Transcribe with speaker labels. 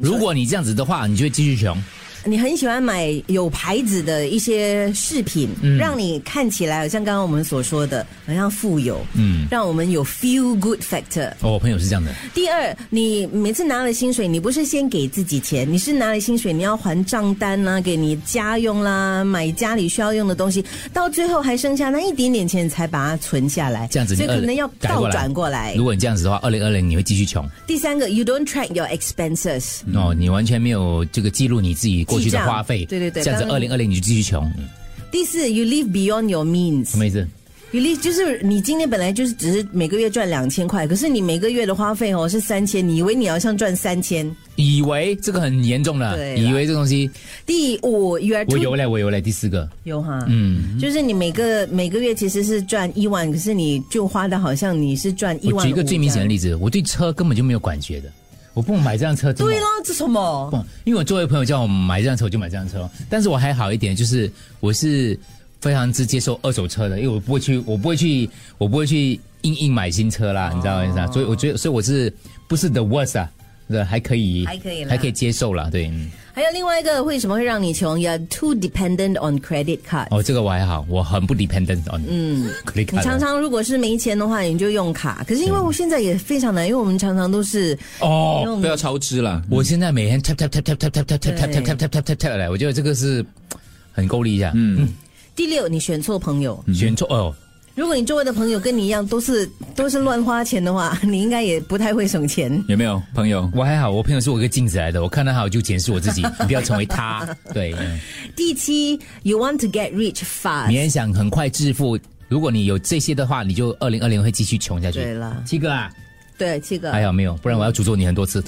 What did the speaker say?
Speaker 1: 如果你这样子的话，你就会继续穷。
Speaker 2: 你很喜欢买有牌子的一些饰品，
Speaker 1: 嗯
Speaker 2: 让你看起来好像刚刚我们所说的，好像富有，
Speaker 1: 嗯
Speaker 2: 让我们有 feel good factor。
Speaker 1: 哦，我朋友是这样的，
Speaker 2: 第二，你每次拿了薪水，你不是先给自己钱，你是拿了薪水，你要还账单啦、给你家用啦，买家里需要用的东西，到最后还剩下那一点点钱，才把它存下来。
Speaker 1: 这样子你
Speaker 2: 所以可
Speaker 1: 20
Speaker 2: 能要
Speaker 1: 改
Speaker 2: 倒转过来
Speaker 1: 如。果你这样子的话，二零二零你会继续穷、
Speaker 2: 第三个，you don't track your expenses。
Speaker 1: 哦，你完全没有这个记录你自己过去
Speaker 2: 嗯记
Speaker 1: 的
Speaker 2: 账
Speaker 1: 花费，
Speaker 2: 对对对
Speaker 1: 这样子二
Speaker 2: 当
Speaker 1: 零二零你就继续穷，嗯
Speaker 2: 第四，you live beyond your means
Speaker 1: 什。么意思？
Speaker 2: 比例就是你今天本来就是只是每个月赚两千块，可是你每个月的花费哦是三千，你以为你要像赚三千？
Speaker 1: 以为这个很严重的，
Speaker 2: 对啦
Speaker 1: 以为这东西
Speaker 2: 第五，you are
Speaker 1: 我
Speaker 2: too
Speaker 1: 有嘞，我有嘞，第四个，
Speaker 2: 有哈，
Speaker 1: 嗯，
Speaker 2: 就是你每个每个月其实是赚一万，可是你就花的好像你是赚一
Speaker 1: 我
Speaker 2: 万。
Speaker 1: 举一个最明显的例子，我对车根本就没有感觉的，我不买这辆车，
Speaker 2: 子对
Speaker 1: 了。
Speaker 2: 啦，这什么？
Speaker 1: 不，因为我周围朋友叫我买这辆车，我就买这辆车咯。但是我还好一点，就是我是非常之接受二手车的，因为我不会去，我不会去，我不会去硬硬买新车啦，你知道我意思啊？所以我觉得，所以我是不是 the worst 啊？对，还可以，
Speaker 2: 还可以啦
Speaker 1: 还可以接受啦。对，嗯
Speaker 2: 还有另外一个为什么会让你穷？You're too dependent on credit card。
Speaker 1: 哦，这个我还好，我很不 dependent on，嗯，你
Speaker 2: 你常常如果是没钱的话，你就用卡。可是因为
Speaker 1: 嗯
Speaker 2: 我现在也非常难，因为我们常常都是
Speaker 1: 哦。
Speaker 2: 用
Speaker 3: 不要超支了。
Speaker 1: 我现在每天 tap tap tap tap tap tap tap tap tap tap tap tap tap tap 来，我觉得这个是很够力一下。嗯，
Speaker 2: 第六，你选错朋友。
Speaker 1: 选错哦，
Speaker 2: 如果你周围的朋友跟你一样都是都是乱花钱的话， 你应该也不太会省钱。
Speaker 3: 有没有朋友？
Speaker 1: 我还好，我朋友是我一个镜子来的，我看到他我就检视我自己，你不要成为他。对，嗯
Speaker 2: 第七，you want to get rich fast。
Speaker 1: 你很想很快致富，如果你有这些的话，你就二零二零会继续穷下去。
Speaker 2: 对了
Speaker 1: 七哥啊，
Speaker 2: 对，这个
Speaker 1: 还好没有，不然我要诅咒你很多次。